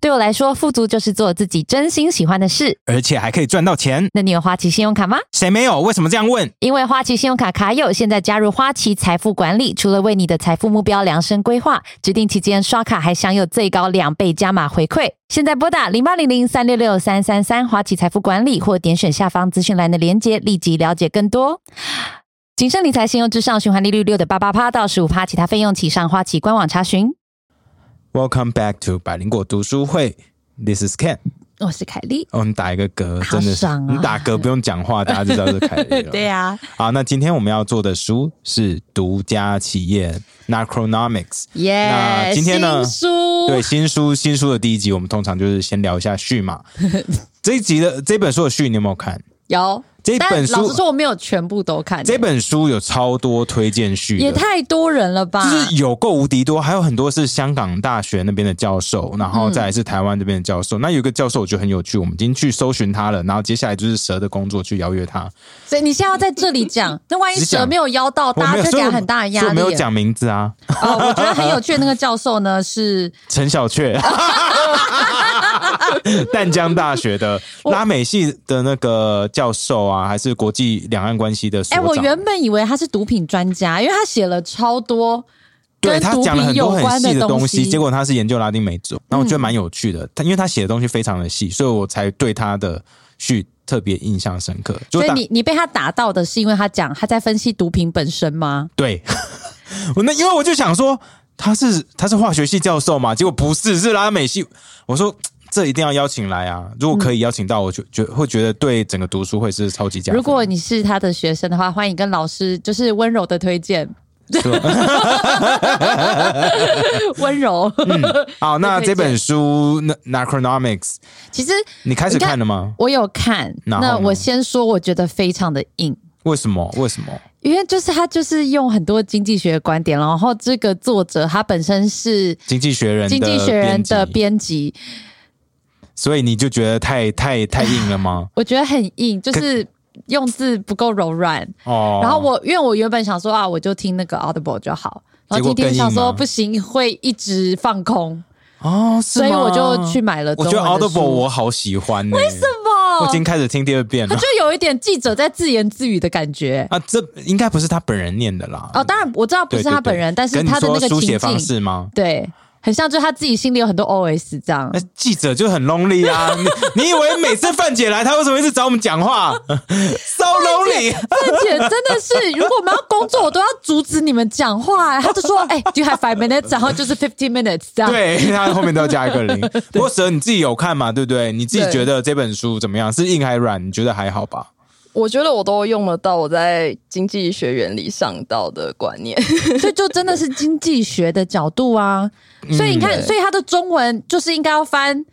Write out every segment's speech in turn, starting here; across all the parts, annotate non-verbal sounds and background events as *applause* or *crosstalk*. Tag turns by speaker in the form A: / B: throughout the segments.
A: 对我来说，富足就是做自己真心喜欢的事。
B: 而且还可以赚到钱。
A: 那你有花旗信用卡吗？
B: 谁没有？为什么这样问？
A: 因为花旗信用卡卡友现在加入花旗财富管理，除了为你的财富目标量身规划，指定期间刷卡还享有最高两倍加码回馈。现在拨打零八零零三六六三三三花旗财富管理，或点选下方资讯栏的链接，立即了解更多。谨慎理财，信用至上，循环利率六点八八趴到十五趴，其他费用请上花旗官网查询。
B: Welcome back to 百灵果读书会。This is Ken。
A: 我是凯莉，
B: 哦，你打一个嗝，
A: 好
B: 真的是、
A: 爽啊
B: 你打嗝不用讲话，大家就知道是凯莉
A: *laughs*
B: 了。
A: 对啊呀、
B: 好，那今天我们要做的书是《独家企业 Narconomics》。
A: 耶、
B: 那今天呢
A: 新书
B: 对，新书新书的第一集，我们通常就是先聊一下
A: *laughs*
B: 序嘛。这一集的这本书的序你有没有看？
C: 有
B: 这
C: 但
B: 本书
C: 老实说，我没有全部都看、
B: 这本书有超多推荐序的，
C: 也太多人了吧？
B: 就是有够无敌多，还有很多是香港大学那边的教授，然后
C: 嗯
B: 再来是台湾这边的教授。那有一个教授我觉得很有趣，我们已经去搜寻他了，然后接下来就是蛇的工作去邀约他。
C: 所以你现在要在这里讲，那万一
B: *laughs* 只讲
C: 蛇没有邀到，
B: 我
C: 哦大家
B: 没有，
C: 就
B: 所
C: 给
B: 以我
C: 他很大的压
B: 所以
C: 力。
B: 我没有讲名字啊，
C: 哦，我觉得很有趣的那个教授呢
B: *laughs*
C: 是，
B: 陈小
C: *laughs*
B: 雀。淡江大学的拉美系的那个教授啊，还是国际两岸关系的所
C: 哎、
B: 长。
C: 我原本以为他是毒品专家，因为他写了超多
B: 对
C: 跟
B: 他
C: 毒
B: 讲了
C: 品
B: 很
C: 有
B: 多很
C: 关
B: 细的
C: 东嗯
B: 西，结果他是研究拉丁美洲，那我觉得蛮有趣的。他因为他写的东西非常的细，所以我才对他的序特别印象深刻。就
C: 所以
B: 当
C: 你你被他打到的是因为他讲他在分析毒品本身吗？
B: 对， *laughs* 我那因为我就想说他是他是化学系教授嘛，结果不是是拉美系，我说。这一定要邀请来啊！如果可以邀请到，我就觉会觉得对整个读书会是超级加分。
C: 如
B: *laughs*
C: 果你是他的学生的话，欢迎跟老师就是温柔的推
B: *laughs*
C: 荐， *laughs* 温柔。 *laughs*
B: 好，那
C: 推
B: 这
C: 荐
B: 本书《那 Narconomics》，
C: 其实
B: 你开始
C: 你看
B: 看了吗？
C: 我有看，
B: 然后
C: 那
B: 呢
C: 我先说，我觉得非常的硬。
B: 为什么？为什么？
C: 因为就是他就是用很多经济学的观点，然后这个作者他本身是《
B: 《经济学人》
C: 经济学人》的
B: 编辑
C: 编辑，？
B: 所以你就觉得太太太硬了吗
C: *laughs* 我觉得很硬，就是用字不够柔软。
B: 哦，
C: 然后我因为我原本想说啊，我就听那个 Audible 就好，然
B: 结
C: 后今
B: 果
C: 天
B: 更硬啊
C: 想
B: 吗
C: 说不行，会一直放空，
B: 哦，是
C: 所
B: 吗
C: 以我就去。买了
B: 我
C: 中
B: 觉
C: 文的
B: 得
C: 书。
B: Audible 我好喜欢、呢。为什么？我已
C: 哦
B: 经开始听第二遍
C: 他
B: 了
C: 就有一点记者在自言自语的感觉。
B: 啊！这应该不是他本人念的啦。
C: 哦，当然我知道不
B: 对，
C: 是他
B: 对对
C: 本人，但是
B: 跟你
C: 他的
B: 说
C: 那个
B: 书
C: 情
B: 写方
C: 境，
B: 式吗？
C: 对，很像就是他自己心里有很多 OS 这
B: *laughs*
C: 样
B: 那。记者就很
C: *laughs*
B: lonely 啊！你你以为每次范姐来，她为什么一直找我们讲话？So lonely！
C: 范姐真的是，如果我们要工作，我都要阻止你们讲话、欸。他就说：“哎、d *laughs* o you have five minutes？” 然后就是 fifteen minutes 这样。
B: 对，她后面都要加一个
C: *laughs*
B: 零。不过蛇你自己有看嘛？对不对？你自己
C: 对
B: 觉得这本书怎么样？是硬还软？你觉得还好吧？
D: 我觉得我都用得到我在经济学原理上到的观念。 *laughs*
C: 所以就真的是经济学的角度啊。
B: 嗯
C: 所以你看，
D: 对
C: 所以他的中文就是应该要翻，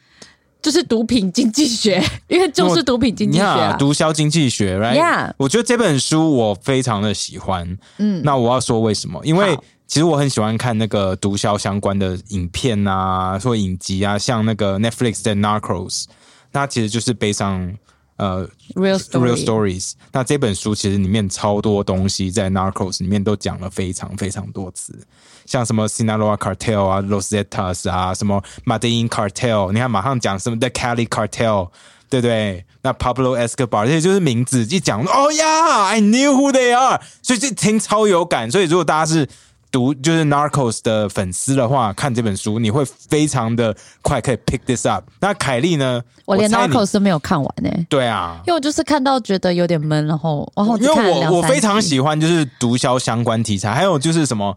C: 就是毒品经济学， *laughs* 因为就是毒品经济学、
B: 呀，
C: 啊。
B: 毒枭经济学，right？、
C: Yeah
B: 我觉得这本书我非常的喜欢。嗯，那我要说为什么？因为
C: 好
B: 其实我很喜欢看那个毒枭相关的影片啊，或影集啊，像那个 Netflix 的 Narcos，那它其实就是悲伤呃
C: Real story
B: real stories。那这本书其实里面超多东西，在 Narcos 里面都讲了非常非常多次，像什么 Sinaloa Cartel 啊、Rosetas 啊、什么 Medellin Cartel，你看马上讲什么 The Cali Cartel，对不对？那 Pablo Escobar 这些就是名字一讲，哦呀，I knew who they are，所以这听超有感。所以如果大家是读就是 Narcos 的粉丝的话，看这本书你会非常的快可以 pick this up。那凯莉呢？
C: 我连
B: 猜你
C: Narcos 都没有看完呢、
B: 对啊，
C: 因为我就是看到觉得有点闷，然后然后我
B: 因
C: 就看
B: 为
C: 了两
B: 我我
C: 三
B: 非常
C: 集
B: 喜欢就是毒枭相关题材，还有就是什么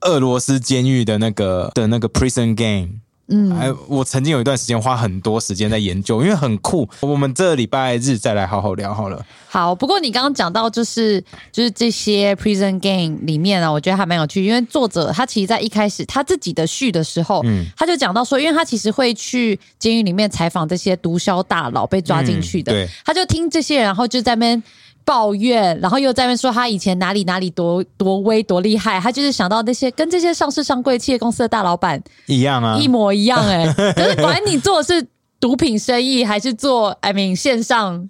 B: 俄罗斯监狱的那个的那个 prison game。嗯，哎，我曾经有一段时间花很多时间在研究，因为很酷。我们这礼拜日再来好好聊好了。
C: 好，不过你刚刚讲到就是就是这些 prison game 里面啊，我觉得还蛮有趣，因为作者他其实在一开始他自己的序的时候，
B: 嗯
C: 他就讲到说，因为他其实会去监狱里面采访这些毒枭大佬被抓进去的，
B: 嗯对
C: 他就听这些人，然后就在那边。抱怨，然后又在那边说他以前哪里哪里多多威多厉害，他就是想到那些跟这些上市上柜企业公司的大老板
B: 一样啊
C: 一，模一样哎、就是管你做的是
B: *laughs*
C: 毒品生意还是做 I mean 线上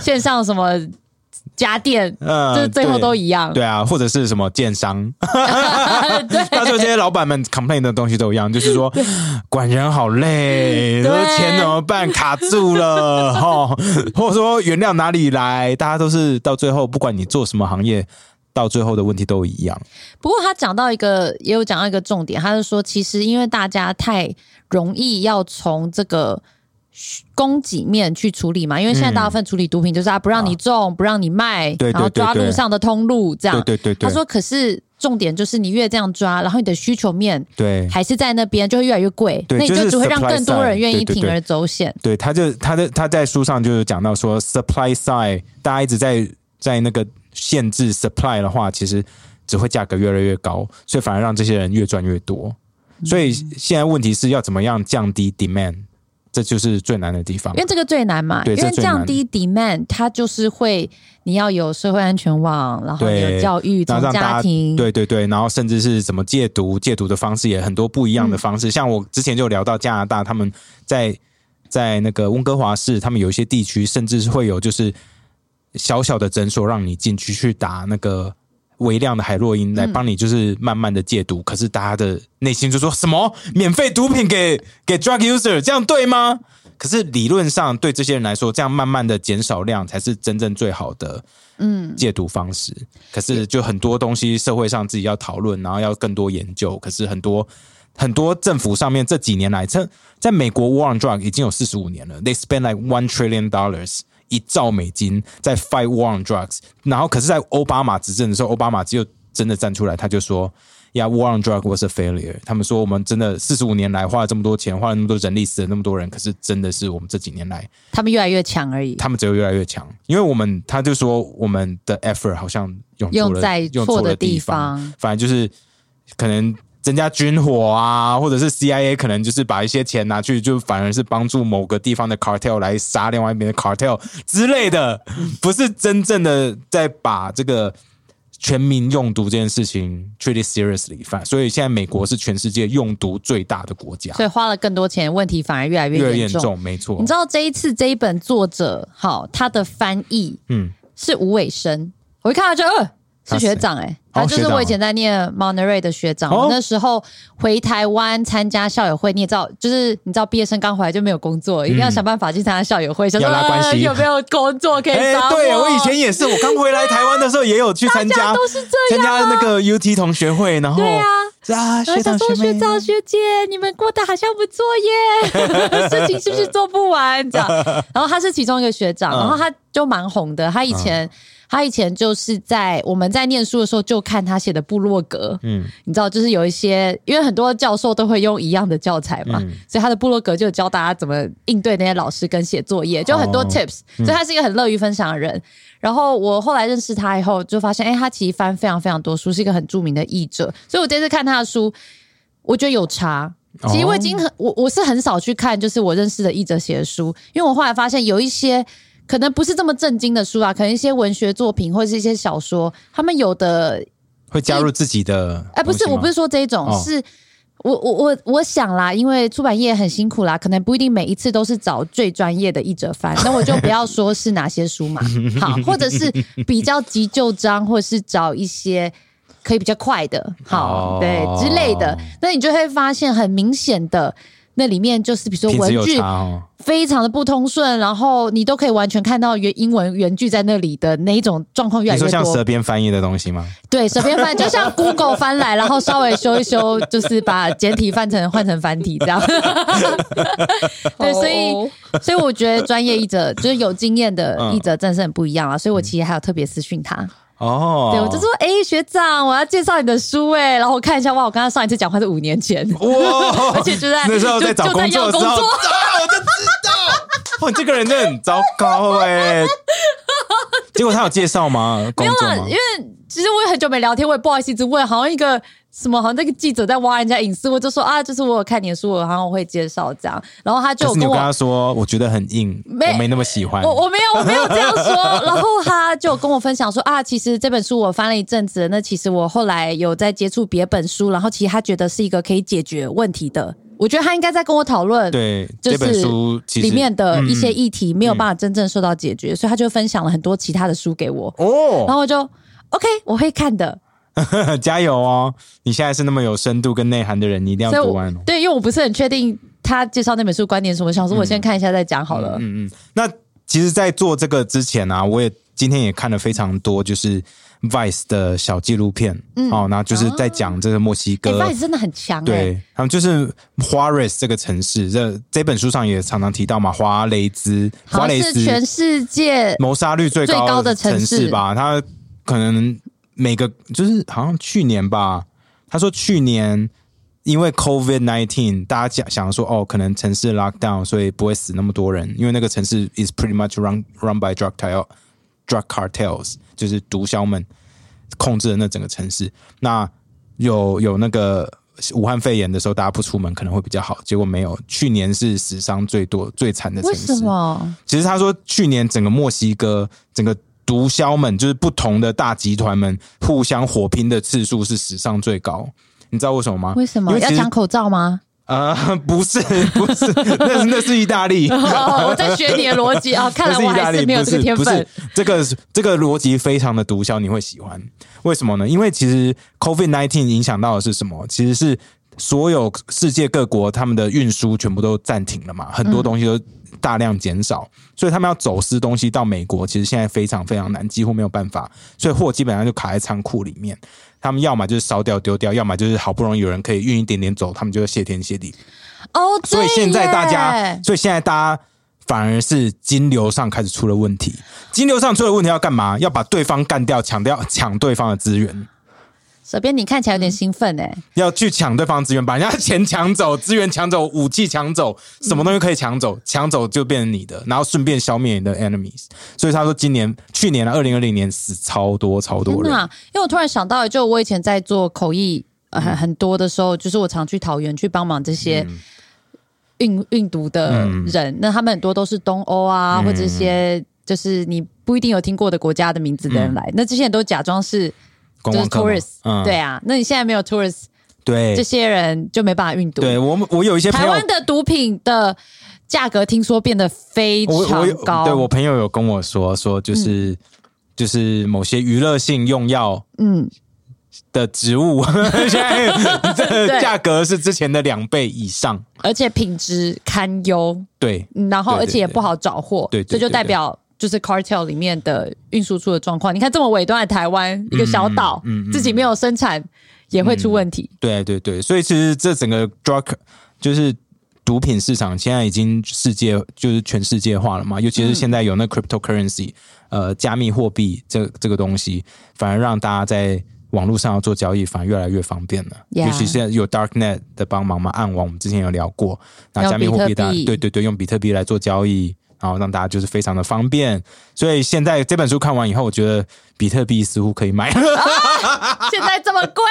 C: 线上什么家电，
B: 嗯
C: 就是最后
B: 对
C: 都一样。
B: 对啊，或者是什么建商，
C: *laughs* 对
B: 到最后这些老板们 complain 的东西都一样，就是说管人好累，
C: 对
B: 说钱怎么办，卡住了，吼，或者说原料哪里来，大家都是到最后，不管你做什么行业，到最后的问题都一样。
C: 不过他讲到一个，也有讲到一个重点，他是说，其实因为大家太容易要从这个供给面去处理嘛，因为现在
B: 嗯
C: 大部分处理毒品就是啊，不让你种，不让你卖，
B: 对对
C: 然后抓
B: 对对
C: 路上的通路这样。
B: 对对对对，
C: 他说，可是重点就是你越这样抓，然后你的需求面
B: 对。
C: 还是在那边，就会越来越贵，
B: 对
C: 那你
B: 就是
C: 只会让
B: supply
C: 更多
B: side，
C: 人愿
B: 对
C: 意
B: 对
C: 铤
B: 对
C: 而走险。
B: 对，他就他的他在书上就是讲到说，supply side 大家一直在在那个限制 supply 的话，其实只会价格越来越高，所以反而让这些人越赚越多。所以现在问题是要怎么样降低 demand，这就是最难的地方
C: 因。为这个最难嘛，
B: 对
C: 因为
B: 这最
C: 降
B: 难
C: 低 demand，它就是会你要有社会安全网，然后你有
B: 对
C: 教育，
B: 然
C: 从
B: 后让大
C: 家
B: 家
C: 庭，
B: 对对对，然后甚至是怎么戒毒，戒毒的方式也很多不一样的方
C: 嗯
B: 式。像我之前就聊到加拿大，他们在在那个温哥华市，他们有一些地区甚至是会有就是小小的诊所让你进去去打那个。微量的海洛因来帮你，就是慢慢的戒毒。可是大家的内心就说什么免费毒品给给 drug user，这样对吗？可是理论上对这些人来说，这样慢慢的减少量才是真正最好的嗯戒毒方式。可是就很多东西社会上自己要讨论，然后要更多研究。可是很多很多政府上面这几年来，在在美国 War on Drug 已经有四十五年了，They spend like one trillion dollars。一兆美金在 fight war on drugs，然后可是，在奥巴马执政的时候，奥巴马只有真的站出来，他就说呀、yeah,，war on drug was a failure。他们说我们真的四十五年来花了这么多钱，花了那么多人力，死了那么多人，可是真的是我们这几年来
C: 他们越来越强而已。
B: 他们只有越来越强，因为我们他就说我们的 effort 好像用错
C: 用
B: 了
C: 在
B: 用
C: 错
B: 错
C: 的
B: 了
C: 地
B: 地
C: 方
B: 反正就是可能增加军火啊，或者是 CIA 可能就是把一些钱拿去，就反而是帮助某个地方的 cartel 来杀另外一边的 cartel 之类的，
C: 嗯
B: 不是真正的在把这个。全民用毒这件事情 treat it seriously，反所以现在美国是全世界用毒最大的国家，
C: 所以花了更多钱，问题反而越来
B: 越来
C: 越
B: 越
C: 严
B: 严
C: 重。
B: 重，没错。
C: 你知道这一次这一本作者好，他的翻译
B: 嗯，
C: 是吴伟生，我一看他就呃是
B: 他
C: 学
B: 谁
C: 长哎、
B: 哦
C: 他就
B: 学
C: 是
B: 长
C: 我
B: 啊
C: 以前在念 Monterey 的学长，我
B: 哦
C: 那时候回台湾参加校友会，你也知道，就是你知道毕业生刚回来就没有工作，一定要想办法去参加校友会，想说、
B: 要拉关系
C: 呃有没有工作可以
B: 哎、
C: 找啊
B: 对我以前也是，我刚回来台湾的时候也有去参加，
C: 都是这
B: 参
C: 样，啊
B: 加那个 UT 同学会，然后
C: 对啊。
B: 是啊，
C: 我
B: 学
C: 想
B: 长
C: 说
B: 学
C: 学
B: 妹，
C: 长学姐，你们过得好像不错耶，事情是不是做不完？这样，然后他是其中一个学长，
B: 嗯
C: 然后他就蛮红的。他以前，他以前就是在我们在念书的时候就看他写的部落格，
B: 嗯，
C: 你知道，就是有一些，因为很多教授都会用一样的教材嘛，
B: 嗯
C: 所以他的部落格就有教大家怎么应对那些老师跟写作业，就很多
B: 哦
C: tips，、所以他是一个很乐于分享的人。然后我后来认识他以后，就发现，哎、他其实翻非常非常多书，是一个很著名的译者。所以我这次看他的书，我觉得有差。
B: 哦
C: 其实我已经很，我我是很少去看，就是我认识的译者写的书，因为我后来发现有一些可能不是这么震惊的书啊，可能一些文学作品或是一些小说，他们有的
B: 会加入自己的，
C: 哎，不是，我不是，说这一种，
B: 哦
C: 是我我我我想啦，因为出版业很辛苦啦，可能不一定每一次都是找最专业的译者
B: *laughs*
C: 翻，那我就不要说是哪些书嘛，好，或者是比较急救章，或者是找一些。可以比较快的，好、
B: 哦
C: 对之类的，那你就会发现很明显的，那里面就是比如说
B: 品质
C: 文
B: 有
C: 具
B: 差哦，
C: 非常的不通顺，然后你都可以完全看到原英文原句在那里的那一种状况越来
B: 你
C: 越多。
B: 说像舌边翻译的东西吗？
C: 对，随便翻，就 *laughs* 像 Google 翻来，然后稍微修一修，就是把简体翻成换成繁体这样。 *laughs* 对，所以
D: 哦
C: 所以我觉得专业译者就是有经验的译者，真的是很不一样啊。所以我其实还有特别私讯他，
B: 嗯哦，
C: 对我就说，哎、学长，我要介绍你的书、哎，然后我看一下，哇，我跟他上一次讲话是五年前， *laughs*
B: 哇，
C: 而且就在
B: 哦那时候
C: 就
B: 在找
C: 就在
B: 工
C: 要
B: 作的时候，
C: 工作
B: 啊，我就知道，哇，你这个人真的很糟糕
C: *laughs*
B: 哎。结果他有介绍吗？工作吗
C: 啊因？为其实我也很久没聊天，我也不好意思一直问，好像一个什么，好像那个记者在挖人家隐私，我就说啊，就是我有看你的书，我好像会介绍这样，然后他就有
B: 可是你
C: 跟
B: 有
C: 我
B: 跟他说，我觉得很硬，
C: 没
B: 我没那么喜欢。
C: 我我没有我没有这样
B: *laughs*
C: 说，然后他就跟我分享说啊，其实这本书我翻了一阵子，那其实我后来有在接触别本书，然后其实他觉得是一个可以解决问题的。我觉得他应该在跟我讨论，
B: 对，
C: 就是
B: 这本书其实
C: 里面的一些
B: 嗯
C: 议题没有办法真正受到解决，所以他就分享了很多其他的书给我，然
B: 哦，
C: 后我就 OK，我会看的。
B: *laughs* 加油哦！你现在是那么有深度跟内涵的人，你一定
C: 所以
B: 要读
C: 我
B: 完哦。
C: 对，因为我不是很确定他介绍那本书观点是什么，想说我先看一下再讲好了。
B: 嗯嗯，那其实，在做这个之前啊，我也今天也看了非常多，就是 Vice 的小纪录片，嗯，哦，那就是在讲这个墨西
C: 哎、
B: 哥，
C: v i c e 真的很强哎、
B: 对，他们就是花瑞斯这个城市，这这本书上也常常提到嘛，华雷兹，
C: 好
B: 华
C: 像
B: 雷
C: 是
B: 兹
C: 全世界
B: 谋杀率最
C: 最高的城
B: 城
C: 市
B: 吧，它可能每个就是好像去年吧，他说去年。因为 COVID nineteen，大家讲想说哦，可能城市 lock down，所以不会死那么多人，因为那个城市 is pretty much run run by drug cartel drug cartels，就是毒枭们控制了那整个城市。那有有那个武汉肺炎的时候，大家不出门可能会比较好，结果没有。去年是死伤最多、最惨的城
C: 为
B: 市。
C: 什么？
B: 其实他说，去年整个墨西哥，整个毒枭们，就是不同的大集团们互相火拼的次数是史上最高。你知道为什么吗？
C: 为什
B: 啊因
C: 么
B: 为
C: 要
B: 其实
C: 讲口罩
B: *laughs*
C: 吗？
B: 呃，不是，不是，那是那是意大利。
C: 哦，我在学你的逻
B: *laughs*
C: 辑啊，看
B: 那
C: 来
B: 是
C: 我
B: 意大
C: 还
B: 利，
C: 是没有这个天
B: 不是
C: 分。
B: 这个这个逻辑非常的毒枭，你会喜欢？为什么呢？因为其实 COVID nineteen 影响到的是什么？其实是所有世界各国他们的运输全部都暂停了嘛，很多东西都大量减少，所以他们要走私东西到美国，其实现在非常非常难，几乎没有办法，所以货基本上就卡在仓库里面。他们要么就是烧掉丢掉，要么就是好不容易有人可以运一点点走，他们就会谢天谢地。
C: 哦，
B: 所以
C: 对
B: 现在大家
C: 耶，
B: 所以现在大家反而是金流上开始出了问题。金流上出了问题要干嘛？要把对方干掉，抢掉抢对方的资源，
C: 小编你看起来有点兴奋哎、
B: 要去抢对方的资源，把人家钱抢走，资源抢走，武器抢走，什么东西可以抢走？
C: 嗯
B: 抢走就变成你的，然后顺便消灭你的 enemies。所以他说，今年、去年啊二零二零年死超多超
C: 真
B: 多
C: 的
B: 人
C: 啊、，因为我突然想到，就我以前在做口译呃
B: 嗯
C: 很、很多的时候，就是我常去桃园去帮忙这些运运毒的
B: 嗯
C: 人，那他们很多都是东欧啊，或者一些就是你不一定有听过的国家的名字的人来，那这些人都假装是
B: 嗯观
C: 就是
B: 光客嘛
C: tourist，、
B: 嗯，
C: 对啊，那你现在没有 tourist，这
B: 对
C: 些人就没办法运毒。
B: 对，我们我有一些朋
C: 台
B: 友
C: 湾的毒品的价格听说变得非
B: 我我
C: 常
B: 有
C: 高，嗯
B: 对我朋友有跟我说说，就是、就是某些娱乐性用药
C: 嗯，
B: 的植物， *laughs*
C: *laughs*
B: 现在
C: 对
B: 这价格是之前的两倍以上。
C: 而且品质堪忧。
B: 对，
C: 嗯然后
B: 对对
C: 而且也
B: 对
C: 不好找货，
B: 对
C: 这
B: 对对
C: 就代表就是 cartel 里面的运输出的状况。你看这么尾端的台湾一个小岛，
B: 嗯嗯嗯
C: 自己没有生产也会出问
B: *laughs*
C: 题。
B: 对对对，所以其实这整个 drug 就是毒品市场现在已经世界就是全世界化了嘛，尤其
C: 嗯
B: 是现在有那 cryptocurrency，、呃，加密货币这这个东西，反而让大家在网络上要做交易，反而越来越方便了。
C: Yeah
B: 尤其现在有 darknet 的帮忙嘛，暗网我们之前有聊过，那
C: 用
B: 加密货
C: 比
B: 币
C: 特
B: 大
C: 币
B: 对对对，用比特币来做交易。然后让大家就是非常的方便，所以现在这本书看完以后，我觉得比特币似乎可以买，。
C: *laughs* 现在这么贵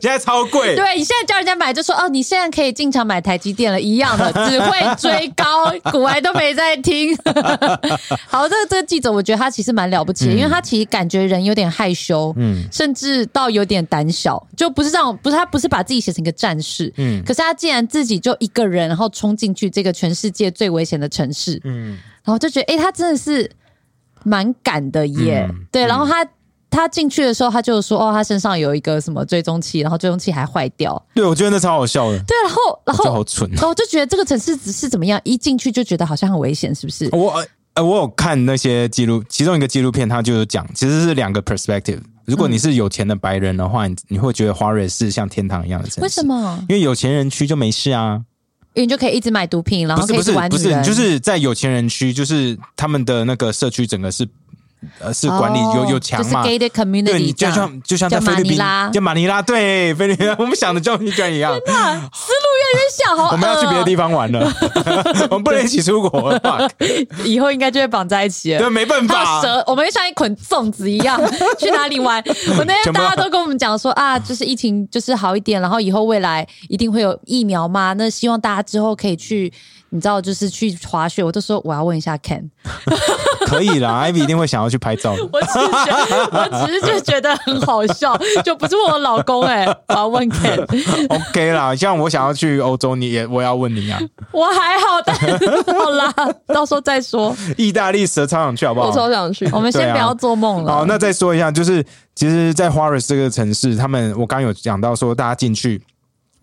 B: 现在超贵，
C: 对你现在叫人家买，就说哦，你现在可以进场买台积电了，一样 *laughs* 的，只会追高，古玩都没在听。 *laughs* 好，这个这个记者，我觉得他其实蛮了不起的，因为他其实感觉人有点害羞，嗯，甚至到有点胆小，就不是这种，不是他不是把自己写成一个战士，嗯，可是他竟然自己就一个人，然后冲进去这个全世界最危险的城市，嗯，然后就觉得，哎、他真的是蛮敢的耶，
B: 嗯
C: 对，然后他。他进去的时候，他就说：“哦，他身上有一个什么追踪器，然后追踪器还坏掉。
B: 对我觉得那超好笑的”，
C: 对，然后，然
B: 我觉得好
C: 后，
B: 蠢
C: 然后我就觉得这个城市只是怎么样，一进去就觉得好像很危险，是不是？
B: 我呃，我有看那些记录，其中一个纪录片，它就有讲，其实是两个 perspective。如果你
C: 嗯
B: 是有钱的白人的话，你你会觉得花瑞是像天堂一样的城市。
C: 为什？么？
B: 因为有钱人区就没事啊，
C: 因为你就可以一直买毒品，然
B: 不
C: 后
B: 是
C: 哦可以
B: 不
C: 一直
B: 是
C: 玩
B: 不
C: 女
B: 是，
C: 人，
B: 就是在有钱人区，就是他们的那个社区整个是呃是管理有、
C: 哦
B: 有墙
C: 就是
B: 嘛，
C: gated
B: 对你
C: community 这
B: 就
C: *laughs* 样。
B: 像就像在
C: 叫马
B: 菲律
C: 尼
B: 宾
C: 拉
B: 叫马尼拉，对菲律宾，我们想的就一样一样，
C: 真相好，
B: 我们要去别的地方玩
C: *laughs*
B: 了，我们不能一起出国，fuck，
C: 方，呃以后应该就会绑在一起了。
B: 对，没办
C: 还
B: 法啊
C: 有，蛇，我们会像一捆粽子一样 *laughs* 去哪里
B: *laughs*
C: 玩。我那天
B: 全部
C: 大家都跟我们讲说啊，就是疫情就是好一点，然后以后未来一定会有疫苗嘛。那希望大家之后可以去，你知道，就是去滑雪。我都说我要问一下 Ken，
B: 可以啦 *laughs* ，Ivy 一定会想要去拍照的。
C: 我只是觉得，我只是就觉得很好笑， *laughs* 就不是问我老公哎、我要问 Ken，
B: OK 啦，像我想要去欧洲，你也我也要问你啊，
C: *laughs* 我还好， *laughs* 但好啦，到时候再说。
B: 意大利蛇超想去好不好
D: 我？超想去。
C: 我们先
B: 对啊
C: 不要做梦了。
B: 好，那再说一下，就是其实，在 h a r r i s 这个城市，他们我刚刚有讲到说，大家进去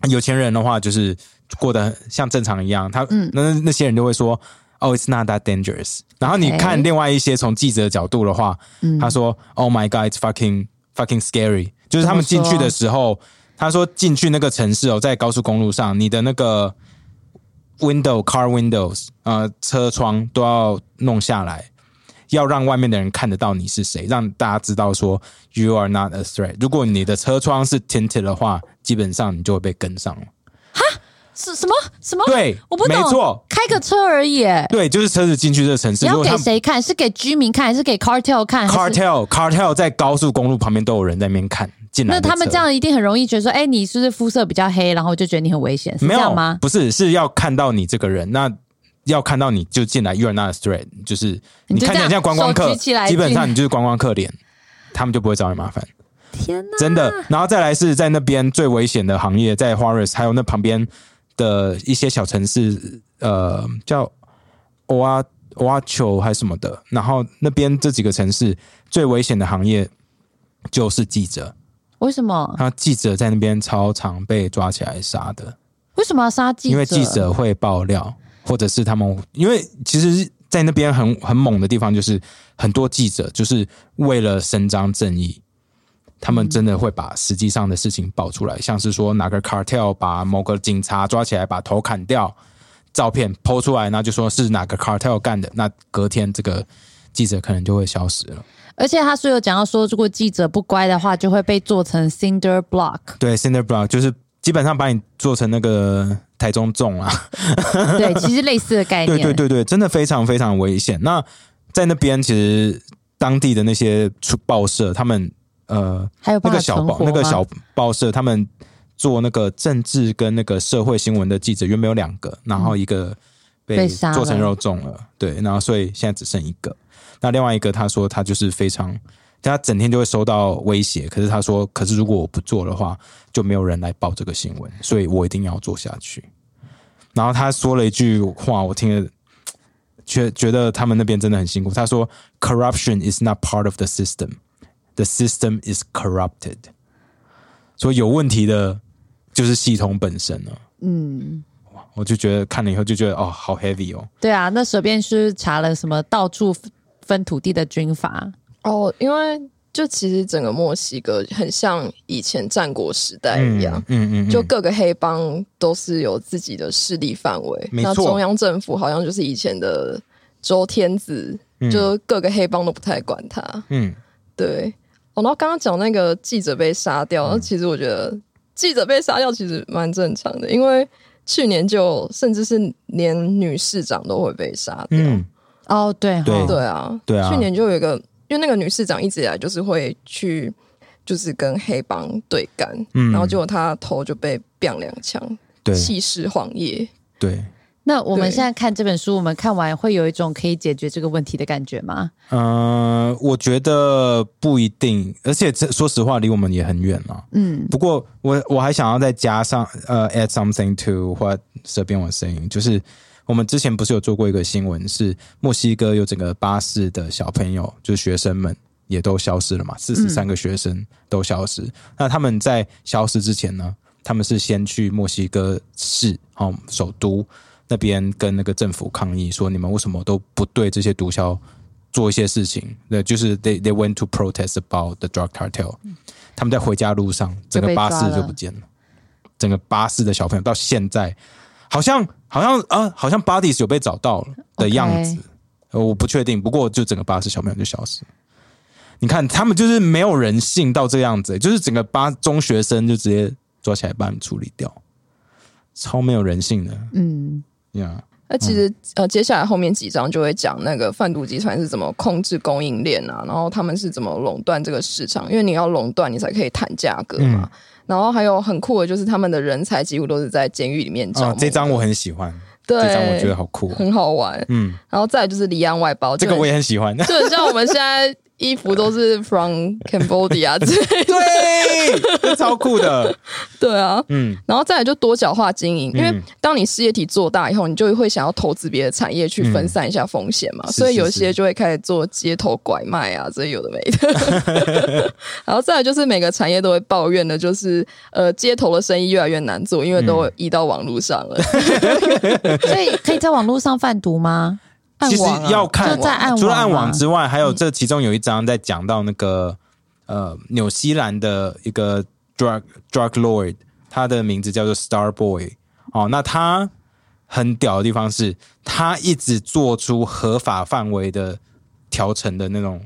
B: 有钱人的话，就是过得很像正常一样。他、
D: 嗯
B: 那那些人就会说，Oh, it's not that dangerous。然后你
C: OK
B: 看另外一些从记者的角度的话，
C: 嗯
B: 他说，Oh my God, it's fucking fucking scary。就是他们进去的时候，他说进去那个城市哦，在高速公路上，你的那个 window car windows 呃车窗都要弄下来，要让外面的人看得到你是谁，让大家知道说 you are not a threat。如果你的车窗是 tinted 的话，基本上你就会被跟上了。
C: 是什么什么？
B: 对
C: 哦我不懂。
B: 没错
C: 开个车而已、哎
B: 对，就是车子进去这个城市，
C: 你要
B: 如果
C: 给
B: 他
C: 谁看？是给居民看，还是给 cartel 看？还是
B: cartel cartel 在高速公路旁边都有人在那边看进来
C: 那
B: 的车，
C: 他们这样一定很容易觉得说，哎、你是不是肤色比较黑，然后就觉得你很危险，是
B: 没
C: 这
B: 有
C: 样吗？
B: 不是，是要看到你这个人，那要看到你就进来，you are not a threat，就是
C: 你
B: 你
C: 就
B: 看
C: 这
B: 起
C: 样
B: 来像观光
C: 手
B: 客，
C: 举起来
B: 基本上
C: 进
B: 你就是观光客脸，他们就不会找你麻烦。
C: 天哪！
B: 真的。然后再来是在那边最危险的行业，在 Juarez，还有那旁边的一些小城市，呃，叫 o a o a c h o 还是什么的。然后那边这几个城市最危险的行业就是记者，
C: 为什么？
B: 那记者在那边超常被抓起来杀的，
C: 为什么要杀记者？
B: 因为记者会爆料，或者是他们因为其实。在那边很很猛的地方，就是很多记者就是为了伸张正义，他们真的会把实际上的事情爆出来，像是说哪个 cartel 把某个警察抓起来，把头砍掉，照片剖出来，然后就说是哪个 cartel 干的，那隔天这个记者可能就会消失了。
C: 而且他所有讲到说，如果记者不乖的话，就会被做成 cinder
B: *laughs*
C: block。
B: 对 c i n d e r block 就是基本上把你做成那个台中粽啊，
C: 对，其实类似的概念。
B: 对对对对，真的非常非常危险。那在那边，其实当地的那些出报社，他们呃，
C: 还有
B: 那
C: 办法
B: 个小
C: 存
B: 报
C: 活
B: 那个
C: 吗
B: 小报社，他们做那个政治跟那个社会新闻的记者，原本有两个，然后一个
C: 被
B: 被
C: 杀
B: 做成
C: 了
B: 肉粽了，对，然后所以现在只剩一个。那另外一个，他说他就是非常。他整天就会收到威胁，可是他说：“可是如果我不做的话，就没有人来报这个新闻，所以我一定要做下去。”然后他说了一句话，我听了，觉觉得他们那边真的很辛苦。他说：“Corruption is not part of the system, the system is corrupted。”所以有问题的就是系统本身了。嗯，我就觉得看了以后就觉得哦，好 heavy 哦。
C: 对啊，那随便是查了什么到处分土地的军阀，
D: 哦，因为就其实整个墨西哥很像以前战国时代一样，
B: 嗯嗯嗯，
D: 就各个黑帮都是有自己的势力范围。
B: 没
D: 那
B: 错
D: 中央政府好像就是以前的周天子，就各个黑帮都不太管他。
B: 嗯，
D: 对，哦，然后刚刚讲那个记者被杀掉，
B: 嗯
D: 然后其实我觉得记者被杀掉其实蛮正常的，因为去年就甚至是连女市长都会被杀掉。
B: 嗯
C: 哦，对
B: 对
C: 齁
D: 对啊，
B: 对啊
D: 去年就有一个，因为那个女市长一直以来就是会去，就是跟黑帮对干，
B: 嗯
D: 然后结果她头就被 biang 两枪，
B: 对
D: 气势晃夜。
B: 对，
C: 那我们
D: 对
C: 现在看这本书，我们看完会有一种可以解决这个问题的感觉吗？
B: 嗯、我觉得不一定，而且这说实话离我们也很远了。
C: 嗯，
B: 不过我我还想要再加上呃，add something to what 这边我 saying，就是我们之前不是有做过一个新闻，是墨西哥有整个巴士的小朋友，就是学生们也都消失了嘛，四十三个学生都消失。那他们在消失之前呢，他们是先去墨西哥市哦首都那边跟那个政府抗议说，你们为什么都不对这些毒枭做一些事情？对，就是 they they went to protest about the drug cartel。他们在回家路上，整个巴士就不见了，整个巴士的小朋友到现在好像好像啊，好像 bodies 有被找到了的样子
C: OK
B: 呃我不确定。不过就整个巴士小朋友就消失了。你看，他们就是没有人性到这样子、欸就是整个巴中学生就直接抓起来把他们处理掉，超没有人性的。
C: 嗯，
B: 呀、
D: 那其实、呃，接下来后面几章就会讲那个贩毒集团是怎么控制供应链啊，然后他们是怎么垄断这个市场，因为你要垄断，你才可以谈价格嘛。
B: 嗯
D: 然后还有很酷的就是他们的人才几乎都是在监狱里面招募
B: 啊，
D: 的
B: 这张我很喜欢，
D: 对，
B: 这张我觉得好酷哦。
D: 很好玩。
B: 嗯，
D: 然后再来就是里昂外包，
B: 这个我也很喜欢。 *laughs*
D: 就很像我们现在衣服都是 from Cambodia 之类的，
B: 对，这超酷的。
D: 对啊。
B: 嗯，
D: 然后再来就多角化经营，因为
B: 嗯
D: 当你事业体做大以后，你就会想要投资别的产业去分散一下风险嘛，
B: 嗯
D: 所以
B: 是是
D: 有些就会开始做街头拐卖啊，这些有的没的。 *laughs* 然后再来就是每个产业都会抱怨的，就是呃，街头的生意越来越难做，因为都移到网络上
B: *laughs*
D: 了。
C: 所以可以在网络上贩毒吗？暗
B: *laughs* 其实
C: 网啊
B: 要看
C: 就在暗网，
B: 除了暗网之
C: 外，
B: 外，还有这其中有一章在讲到那个呃纽西兰的一个 drug drug lord，他的名字叫做 Star Boy。哦，那他很屌的地方是，他一直做出合法范围的调成的那种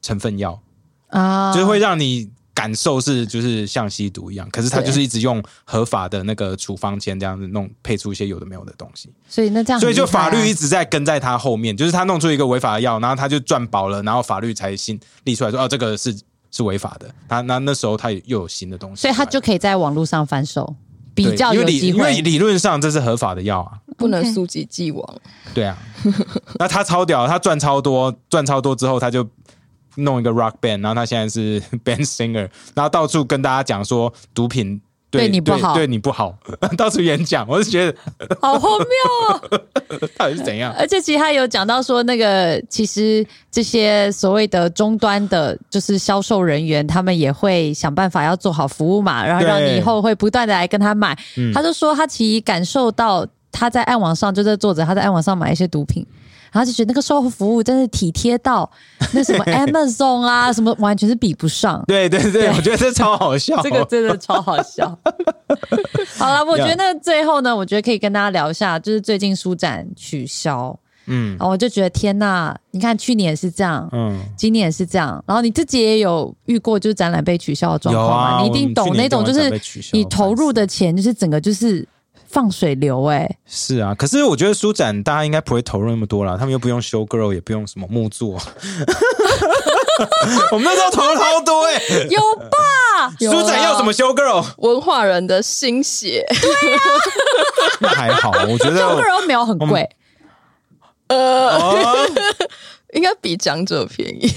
B: 成分药，
C: 啊，
B: 就是会让你。感受是就是像吸毒一样，可是他
D: 对
B: 就是一直用合法的那个处方签这样子弄配出一些有的没有的东西。
C: 所以那这样
B: 所
C: 很
B: 以
C: 厉害
B: 就
C: 啊，
B: 法律一直在跟在他后面，就是他弄出一个违法的药，然后他就赚饱了，然后法律才新立出来说，哦，这个是是违法的。他那那时候他也又有新的东西出
C: 所
B: 来，
C: 以他就可以在网络上贩售，
B: 对
C: 比较
B: 因为
C: 有
B: 理
C: 机
B: 因为
C: 会。
B: 理论上这是合法的药啊，
D: 不能溯及既往。
C: *laughs*
B: 对啊。那他超屌，他赚超多，赚超多之后他就。弄一个 rock band，然后他现在是 *laughs* band singer，然后到处跟大家讲说毒品对
C: 对你不好
B: 对你不好， *laughs* 到处演讲，我就觉得
C: *laughs* 好荒谬哦！
B: 到底是
C: *laughs*
B: 怎样？
C: 而且其实他有讲到说，那个其实这些所谓的终端的，就是销售人员，他们也会想办法要做好服务嘛，然后让
B: 对
C: 你以后会不断的来跟他买。
B: 嗯
C: 他就说他其实感受到他在暗网上，就在作者他在暗网上买一些毒品。然后就觉得那个售后服务真是体贴到那什么 *laughs* Amazon 啊，什么完全是比不上。
B: 对对对，我觉得这超好
C: *laughs*
B: 笑。
C: 这个真的超好笑。
B: *laughs*
C: 好了，我觉得最后呢，我觉得可以跟大家聊一下，就是最近书展取消，
B: 嗯
C: 然后我就觉得天呐，你看去年也是这样。
B: 嗯，
C: 今年也是这样，然后你自己也有遇过就是展览被取消的状
B: 有
C: 况嘛？
B: 啊，
C: 你一定懂那种，就是你投入
B: 的
C: 的钱就是整个就是放水流哎、
B: *laughs* 是啊。可是我觉得书展大家应该不会投入那么多啦，他们又不用修 girl，也不用什么木
C: *laughs*
B: 作。 *laughs* 我们那时候投了好多哎、
C: 有吧？
D: 有
B: 书展
D: 啊
B: 要怎么修 girl？
D: 文化人的心血， *laughs*
B: 那还好，我觉 *laughs* 得
C: 中国人没有很贵，
B: 哦，
D: 应该比讲者便宜，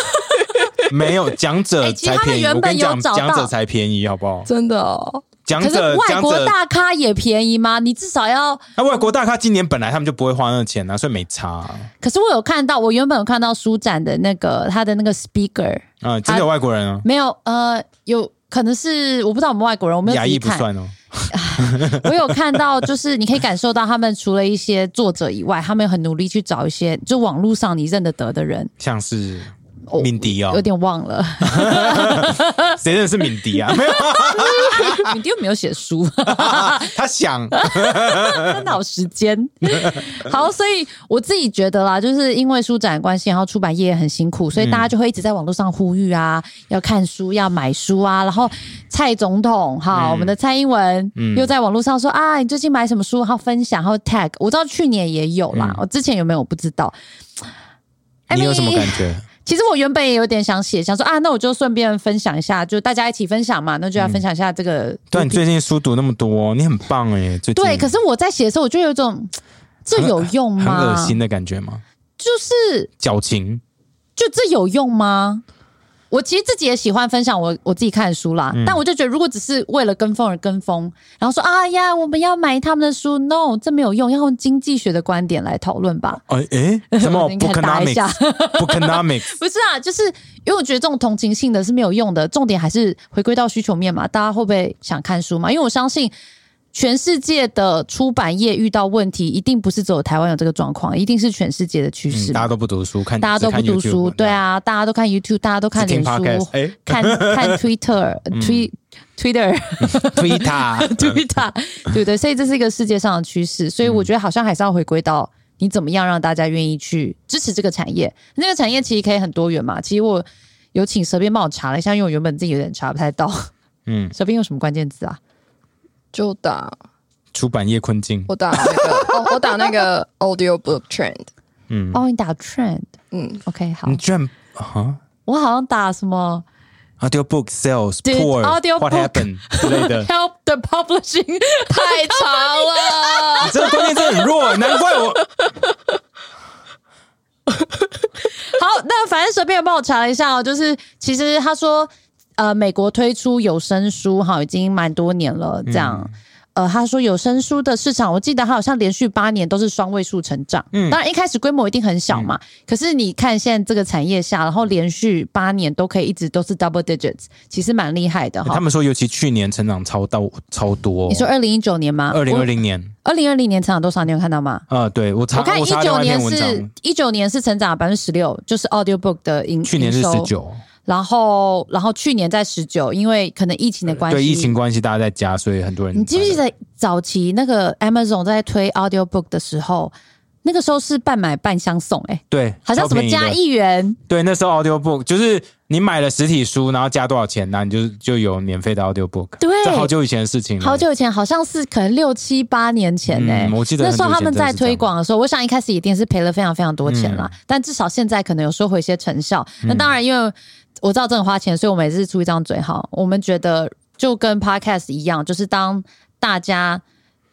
B: *laughs* 没有讲者
C: 哎其实
B: 才
C: 他们
B: 便宜。
C: 原
B: 我
C: 本
B: 跟你讲，
C: 有找到
B: 讲者才便宜，好不好？
D: 真的哦。
B: 讲
C: 可是
B: 者
C: 外
B: 讲
C: 国
B: 者，
C: 大咖也便宜吗？你至少要
B: 那外国大咖今年本来他们就不会花那个钱啊，所以没差啊。
C: 可是我有看到，我原本有看到书展的那个他的那个 speaker，
B: 嗯，真的有外国人啊，
C: 没有呃，有可能是我不知道我们外国人，我没有
B: 牙
C: 仔细
B: 医不
C: 看。
B: 算哦。
C: 我有看到，就是你可以感受到他们除了一些作者以外，他们很努力去找一些就网络上你认得得的人，
B: 像是
C: 哦
B: 敏迪哦
C: 有，点忘了， *laughs*
B: 谁认识敏迪啊？没有，
C: 你又没有写书，
B: 他
C: *laughs*
B: 想
C: 真的好时间。 *laughs* 好，所以我自己觉得啦，就是因为书展的关系，然后出版业也很辛苦，所以
B: 嗯
C: 大家就会一直在网络上呼吁啊，要看书、要买书啊。然后蔡总统，哈，
B: 嗯
C: 我们的蔡英文、又在网络上说啊，你最近买什么书？然后分享，然后 tag。我知道去年也有啦，
B: 嗯
C: 我之前有没有我不知道。
B: 你有什么
C: Emily
B: 感觉？
C: 其实我原本也有点想写，想说啊，那我就顺便分享一下，就大家一起分享嘛，那就要分享一下这个
B: 对，你最近书读那么多，你很棒哎！最近
C: 对，可是我在写的时候，我就有一种这有用
B: 很
C: 吗？
B: 恶心的感觉吗？
C: 就是
B: 矫情，
C: 就这有用吗？我其实自己也喜欢分享我我自己看的书
B: 嗯
C: 啦，但我就觉得如果只是为了跟风而跟风，然后说啊呀，我们要买他们的书，no，这没有用，要用经济学的观点来讨论吧。
B: 哎哎，
C: *laughs*
B: 什么
C: 我应该打一
B: *laughs*
C: 下
B: economics？economics？
C: 不是啊，就是因为我觉得这种同情性的是没有用的，重点还是回归到需求面嘛，大家会不会想看书嘛？因为我相信。全世界的出版业遇到问题，一定不是只有台湾有这个状况，一定是全世界的趋势
B: 大
C: 嘛、
B: 家都不读书，看
C: 嗯大家都不读书，对，啊，大家都看 YouTube，大家都看
B: 只
C: 脸
B: 听
C: 书，
B: podcast 哎 *laughs*
C: 看 *laughs* 看 Twitter、Twi Twitter、
B: 推他
C: Twitter，对 *laughs* 不对？所以这是一个世界上的趋势，所以我觉得好像还是要回归到你怎么样让大家愿意去支持这个产业。那个产业其实可以很多元嘛。其实我有请蛇边帮我查了一下，因为我原本自己有点查不太到，
B: *laughs* 嗯，
C: 蛇边用什么关键字啊？
D: 就打
B: 出版业困境，
D: 我打那个，哦，我打那个 audio book trend，
B: 嗯，
C: 哦，你打 trend，
D: 嗯，
C: OK，好
B: 你，居然啊，
C: 我好像打什么
B: audio book sales
C: Did
B: poor
C: audio
B: what
C: book-。
B: happened 之类的
C: Help *laughs* the publishing，
D: 太长了，
B: 这个关键字很弱，难怪
C: *laughs*
B: 我
C: *laughs* 好，那反正随便帮我查了一下哦，就是其实他说，呃，美国推出有声书哈，已经蛮多年了，
B: 嗯
C: 这样。呃，他说有声书的市场，我记得他好像连续八年都是双位数成长。嗯，当然一开始规模一定很小嘛，
B: 嗯
C: 可是你看现在这个产业下，然后连续八年都可以一直都是 double digits，其实蛮厉害的哈。
B: 欸他们说，尤其去年成长超到超多。
C: 你说二零一九年吗？
B: 二零二零年
C: 二零二零年成长多少？你有看到吗？
B: 啊、对我查
C: 我看一
B: 我查另
C: 九
B: 外一
C: 年
B: 篇文章
C: 是，一九年是成长百分之十六，就是 audiobook 的营
B: 去年是
C: 营收
B: 十九，
C: 然后然后去年在十九，因为可能疫情的关系，
B: 对疫情。关系大家在家，所以很多人
C: 你记不记得早期那个 Amazon 在推 audiobook 的时候，那个时候是半买半相送、欸，
B: 对，
C: 好像
B: 超
C: 什么
B: 便宜的
C: 加一元，
B: 对，那时候 audio book 就是你买了实体书，然后加多少钱呢、你就就有免费的 audio book。
C: 对
B: 这好久以前的事情了。
C: 好久以前好像是可能六七八年前欸呢、
B: 嗯我记得
C: 那
B: 很
C: 时
B: 久以前
C: 候他们在推广的时候，我想一开始一定是赔了非常非常多钱
B: 嗯
C: 啦，但至少现在可能有收回一些成效。那当然，因为我知道真的花钱，所以我每次出一张嘴哈。我们觉得就跟 podcast 一样，就是当大家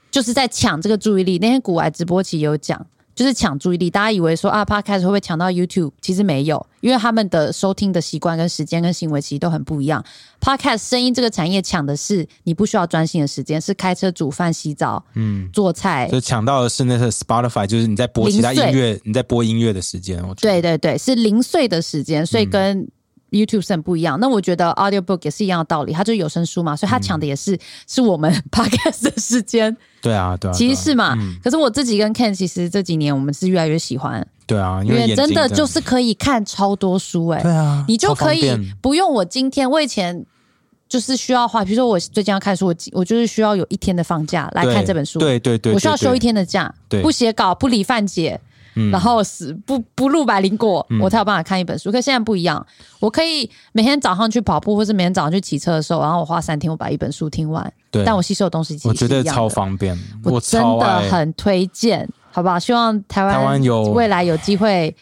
C: 就是在抢这个注意力。那天古玩直播期有讲。就是抢注意力，大家以为说啊，podcast 会不会抢到 YouTube？其实没有，因为他们的收听的习惯、跟时间、跟行为其实都很不一样。Podcast 声音这个产业抢的是你不需要专心的时间，是开车、煮饭、洗澡、嗯、做菜
B: 就。抢到的是那个 Spotify，就是你在播其他
C: 零碎
B: 音乐，你在播音乐的时间。我觉
C: 对
B: 得
C: 对对，是零碎的时间，
B: 嗯
C: 所以跟 YouTube 是很不一样。那我觉得 audiobook 也是一样的道理，它就是有声书嘛，
B: 嗯
C: 所以它抢的也是、是我们 *laughs* Podcast 的时间，
B: 对啊，对啊，
C: 其实是嘛。
B: 嗯
C: 可是我自己跟 Ken 其实这几年我们是越来越喜欢，
B: 对啊，因
C: 因
B: 为眼睛
C: 真的就是可以看超多书哎、
B: 对啊，
C: 你就可以
B: 超方便
C: 不用我今天，我以前就是需要花，比如说我最近要看书，我我就是需要有一天的放假来看
B: 对
C: 这本书，
B: 对对对，
C: 我需要
B: 对
C: 休一，天的假，
B: 对
C: 不写稿，不理范姐，
B: 嗯
C: 然后死不不录百灵果，我才有办法看一本书。可现在不一样，我可以每天早上去跑步，或是每天早上去骑车的时候，然后我花三天，我把一本书听完，
B: 对，
C: 但我吸收的东西其实
B: 我觉
C: 是
B: 得
C: 一样的
B: 超，方便，
C: 我真
B: 超
C: 的
B: 爱。
C: 很推荐，好不好？希望台湾
B: 台湾有
C: 未来有机会。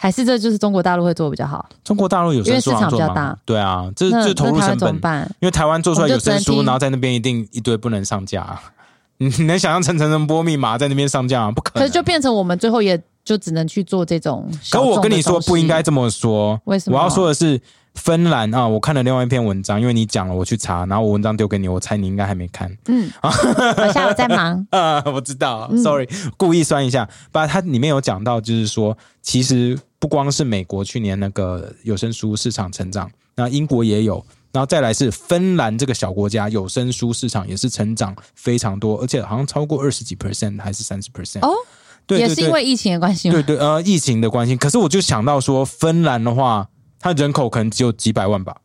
C: 还是这就是中国大陆会做得比较好，
B: 中国大陆有
C: 因为
B: 声
C: 市
B: 书好像
C: 场
B: 做
C: 比
B: 得
C: 较
B: 蛮
C: 大
B: 好对啊，这
C: 那
B: 这投入
C: 那台
B: 成
C: 湾怎么
B: 本
C: 办？
B: 因为台湾做出来有
C: 我
B: 声
C: 们就只能
B: 书，
C: 听
B: 然后在那边一定一堆不能上架。啊 *laughs* 你你能想象陈晨能播密码在那边上架吗？不可
C: 可
B: 能。
C: 是就变成我们最后也就只能去做这种小
B: 可
C: 众的东西。
B: 我跟你说，不应该这么说。
C: 为什么
B: 我要说的是，芬兰啊，我看了另外一篇文章，因为你讲了，我去查，然后我文章丢给你，我猜你应该还没看。
C: 嗯，
B: *laughs*
C: 我下午在忙。
B: 啊， *laughs* 我知道，sorry，、
C: 嗯
B: 故意酸一下。把它里面有讲到，就是说，其实不光是美国去年那个有声书市场成长，那英国也有，然后再来是芬兰这个小国家，有声书市场也是成长非常多，而且好像超过二十几 percent 还是三十 percent
C: 哦，
B: 对
C: 也
B: 对
C: 是因
B: 对，
C: 为疫情的关系吗
B: 对？对呃疫情的关系。可是我就想到说，芬兰的话，它人口可能只有几百万吧。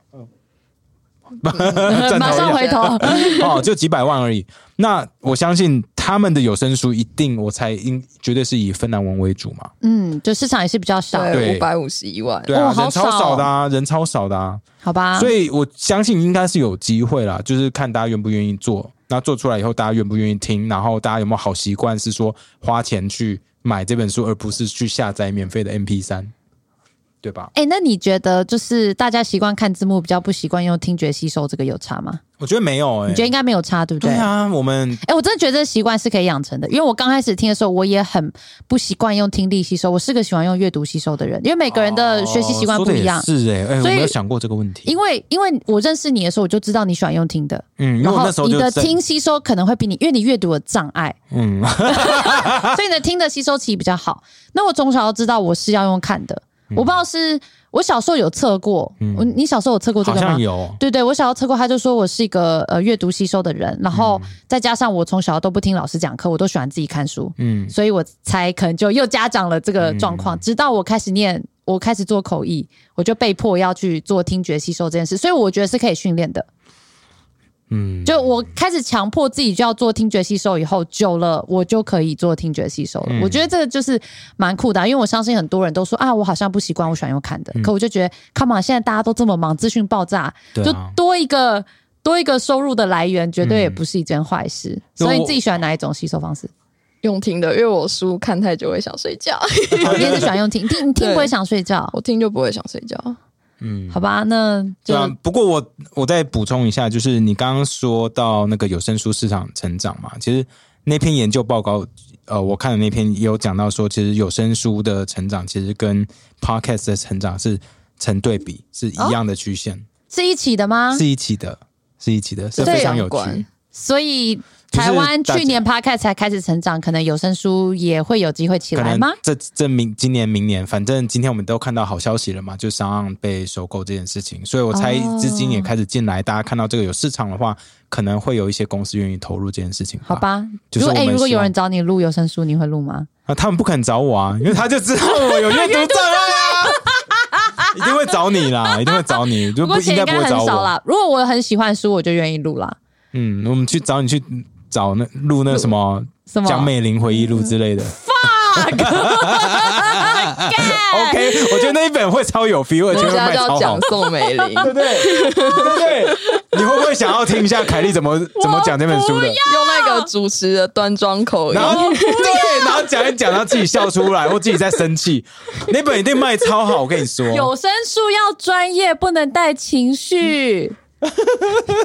B: *laughs*
C: *laughs*
B: 站
C: 马
B: 好
C: 上
B: 远
C: 回头。
B: *laughs* 哦，就几百万而已。那我相信他们的有声书一定，我猜应绝对是以芬兰文为主嘛。
C: 嗯，就市场也是比较少，
D: 对，
B: 对
D: 五百五十一万，
B: 对啊，
C: 哦好
B: 人超少的啊，人超少的啊，
C: 好吧？
B: 所以我相信应该是有机会啦，就是看大家愿不愿意做。那做出来以后，大家愿不愿意听？然后大家有没有好习惯是说花钱去买这本书，而不是去下载免费的 MP 三，对吧？
C: 哎、那你觉得就是大家习惯看字幕，比较不习惯用听觉吸收，这个有差吗？
B: 我觉得没有哎、
C: 你觉得应该没有差，对不对？
B: 对啊，我们
C: 哎、我真的觉得这习惯是可以养成的，因为我刚开始听的时候，我也很不习惯用听力吸收，我是个喜欢用阅读吸收的人，因为每个人的学习习惯
B: 哦
C: 不一样。
B: 说得也是哎、哎、
C: 所
B: 我
C: 以
B: 没有想过这个问题，
C: 因为因为我认识你的时候，我就知道你喜欢用听的，
B: 嗯，因为
C: 然
B: 我
C: 后
B: 那时候
C: 你
B: 就
C: 的
B: 真
C: 听吸收可能会比你，因为你阅读有障碍，
B: 嗯。
C: *laughs* 所以你的听的吸收期比较好。那我从小就知道我是要用看的，
B: 嗯
C: 我不知道是我小时候有测过，我你小时候有测过这
B: 好
C: 个吗
B: 像？有，
C: 对对，我小时候测过，他就说我是一个呃阅读吸收的人，然后
B: 嗯
C: 再加上我从小都不听老师讲课，我都喜欢自己看书，
B: 嗯，
C: 所以我才可能就又家长了这个状况。直到我开始念，我开始做口译，我就被迫要去做听觉吸收这件事，所以我觉得是可以训练的。
B: 嗯，
C: 就我开始强迫自己就要做听觉吸收，以后久了我就可以做听觉吸收了。
B: 嗯
C: 我觉得这个就是蛮酷的啊、因为我相信很多人都说啊，我好像不习惯，我喜欢用看的。
B: 嗯
C: 可我就觉得，come on，现在大家都这么忙，资讯爆炸，
B: 对啊
C: 就多一个多一个收入的来源，绝对也不是一件坏事。
B: 嗯就
C: 所以你
B: 我
C: 自己喜欢哪一种吸收
B: *laughs*
C: 方式？
D: 用听的，因为我书看太久会想睡觉， *laughs*
C: 你也是喜欢用听，听你听不会想睡觉。
D: 我听就不会想睡觉。
B: 嗯，
C: 好吧，那就
B: 对啊，不过我我再补充一下，就是你刚刚说到那个有声书市场成长嘛，其实那篇研究报告，呃，我看的那篇也有讲到说，其实有声书的成长其实跟 podcast 的成长是成对比，是一样的曲线，
C: 是一起的吗？
B: 是一起的，是一起的，是
C: 对
B: 非常有
D: 关
B: 趣。
C: 所以
B: 就是
C: 台湾
B: 大家
C: 去年 Podcast 才开始成长，可能有声书也会有机会起
B: 可
C: 来
B: 能
C: 吗？
B: 这这明今年明年，反正今天我们都看到好消息了嘛，就商岸被收购这件事情，所以我猜
C: 哦
B: 资金也开始进来，大家看到这个有市场的话，可能会有一些公司愿意投入这件事情。
C: 好，吧，
B: 啊就是
C: 如果
B: 我
C: 哎、
B: 们
C: 如果
B: 希
C: 有
B: 望
C: 人找你录有声书，你会录吗？
B: 啊，他们不肯找我啊，因为他就知道我有阅读障碍
C: *laughs*
B: 啊，一定会找你啦，一定会找你，就
C: 不
B: 不
C: 过钱
B: 应该
C: 应
B: 不
C: 该
B: 会
C: 很
B: 找
C: 少
B: 我。
C: 啦。如果我很喜欢书，我就愿意录啦。
B: 嗯，我们去找你去找那录那什么
C: 什么
B: 《江美玲回忆录》之类的。
C: 干
B: *laughs* OK，我觉得那一本会超有 feel，而且
D: 人
C: 啊
B: 会
D: 家
B: 卖
D: 就要
B: 超好
D: 讲。宋美龄，
B: *laughs* 对不对？对不对？你会不会想要听一下凯莉怎么怎么讲这本书的？
D: 用那个主持的端庄口音
B: 然，后对，然后讲一讲，然后自己笑出来，或自己在生气，那本一定卖超好，我跟你说。
C: 有声书要专业，不能
B: *laughs*
C: 带情绪。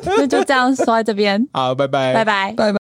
C: 那就这样说在这边，
B: 好，拜拜，
C: 拜拜。
B: 哎
D: 拜拜。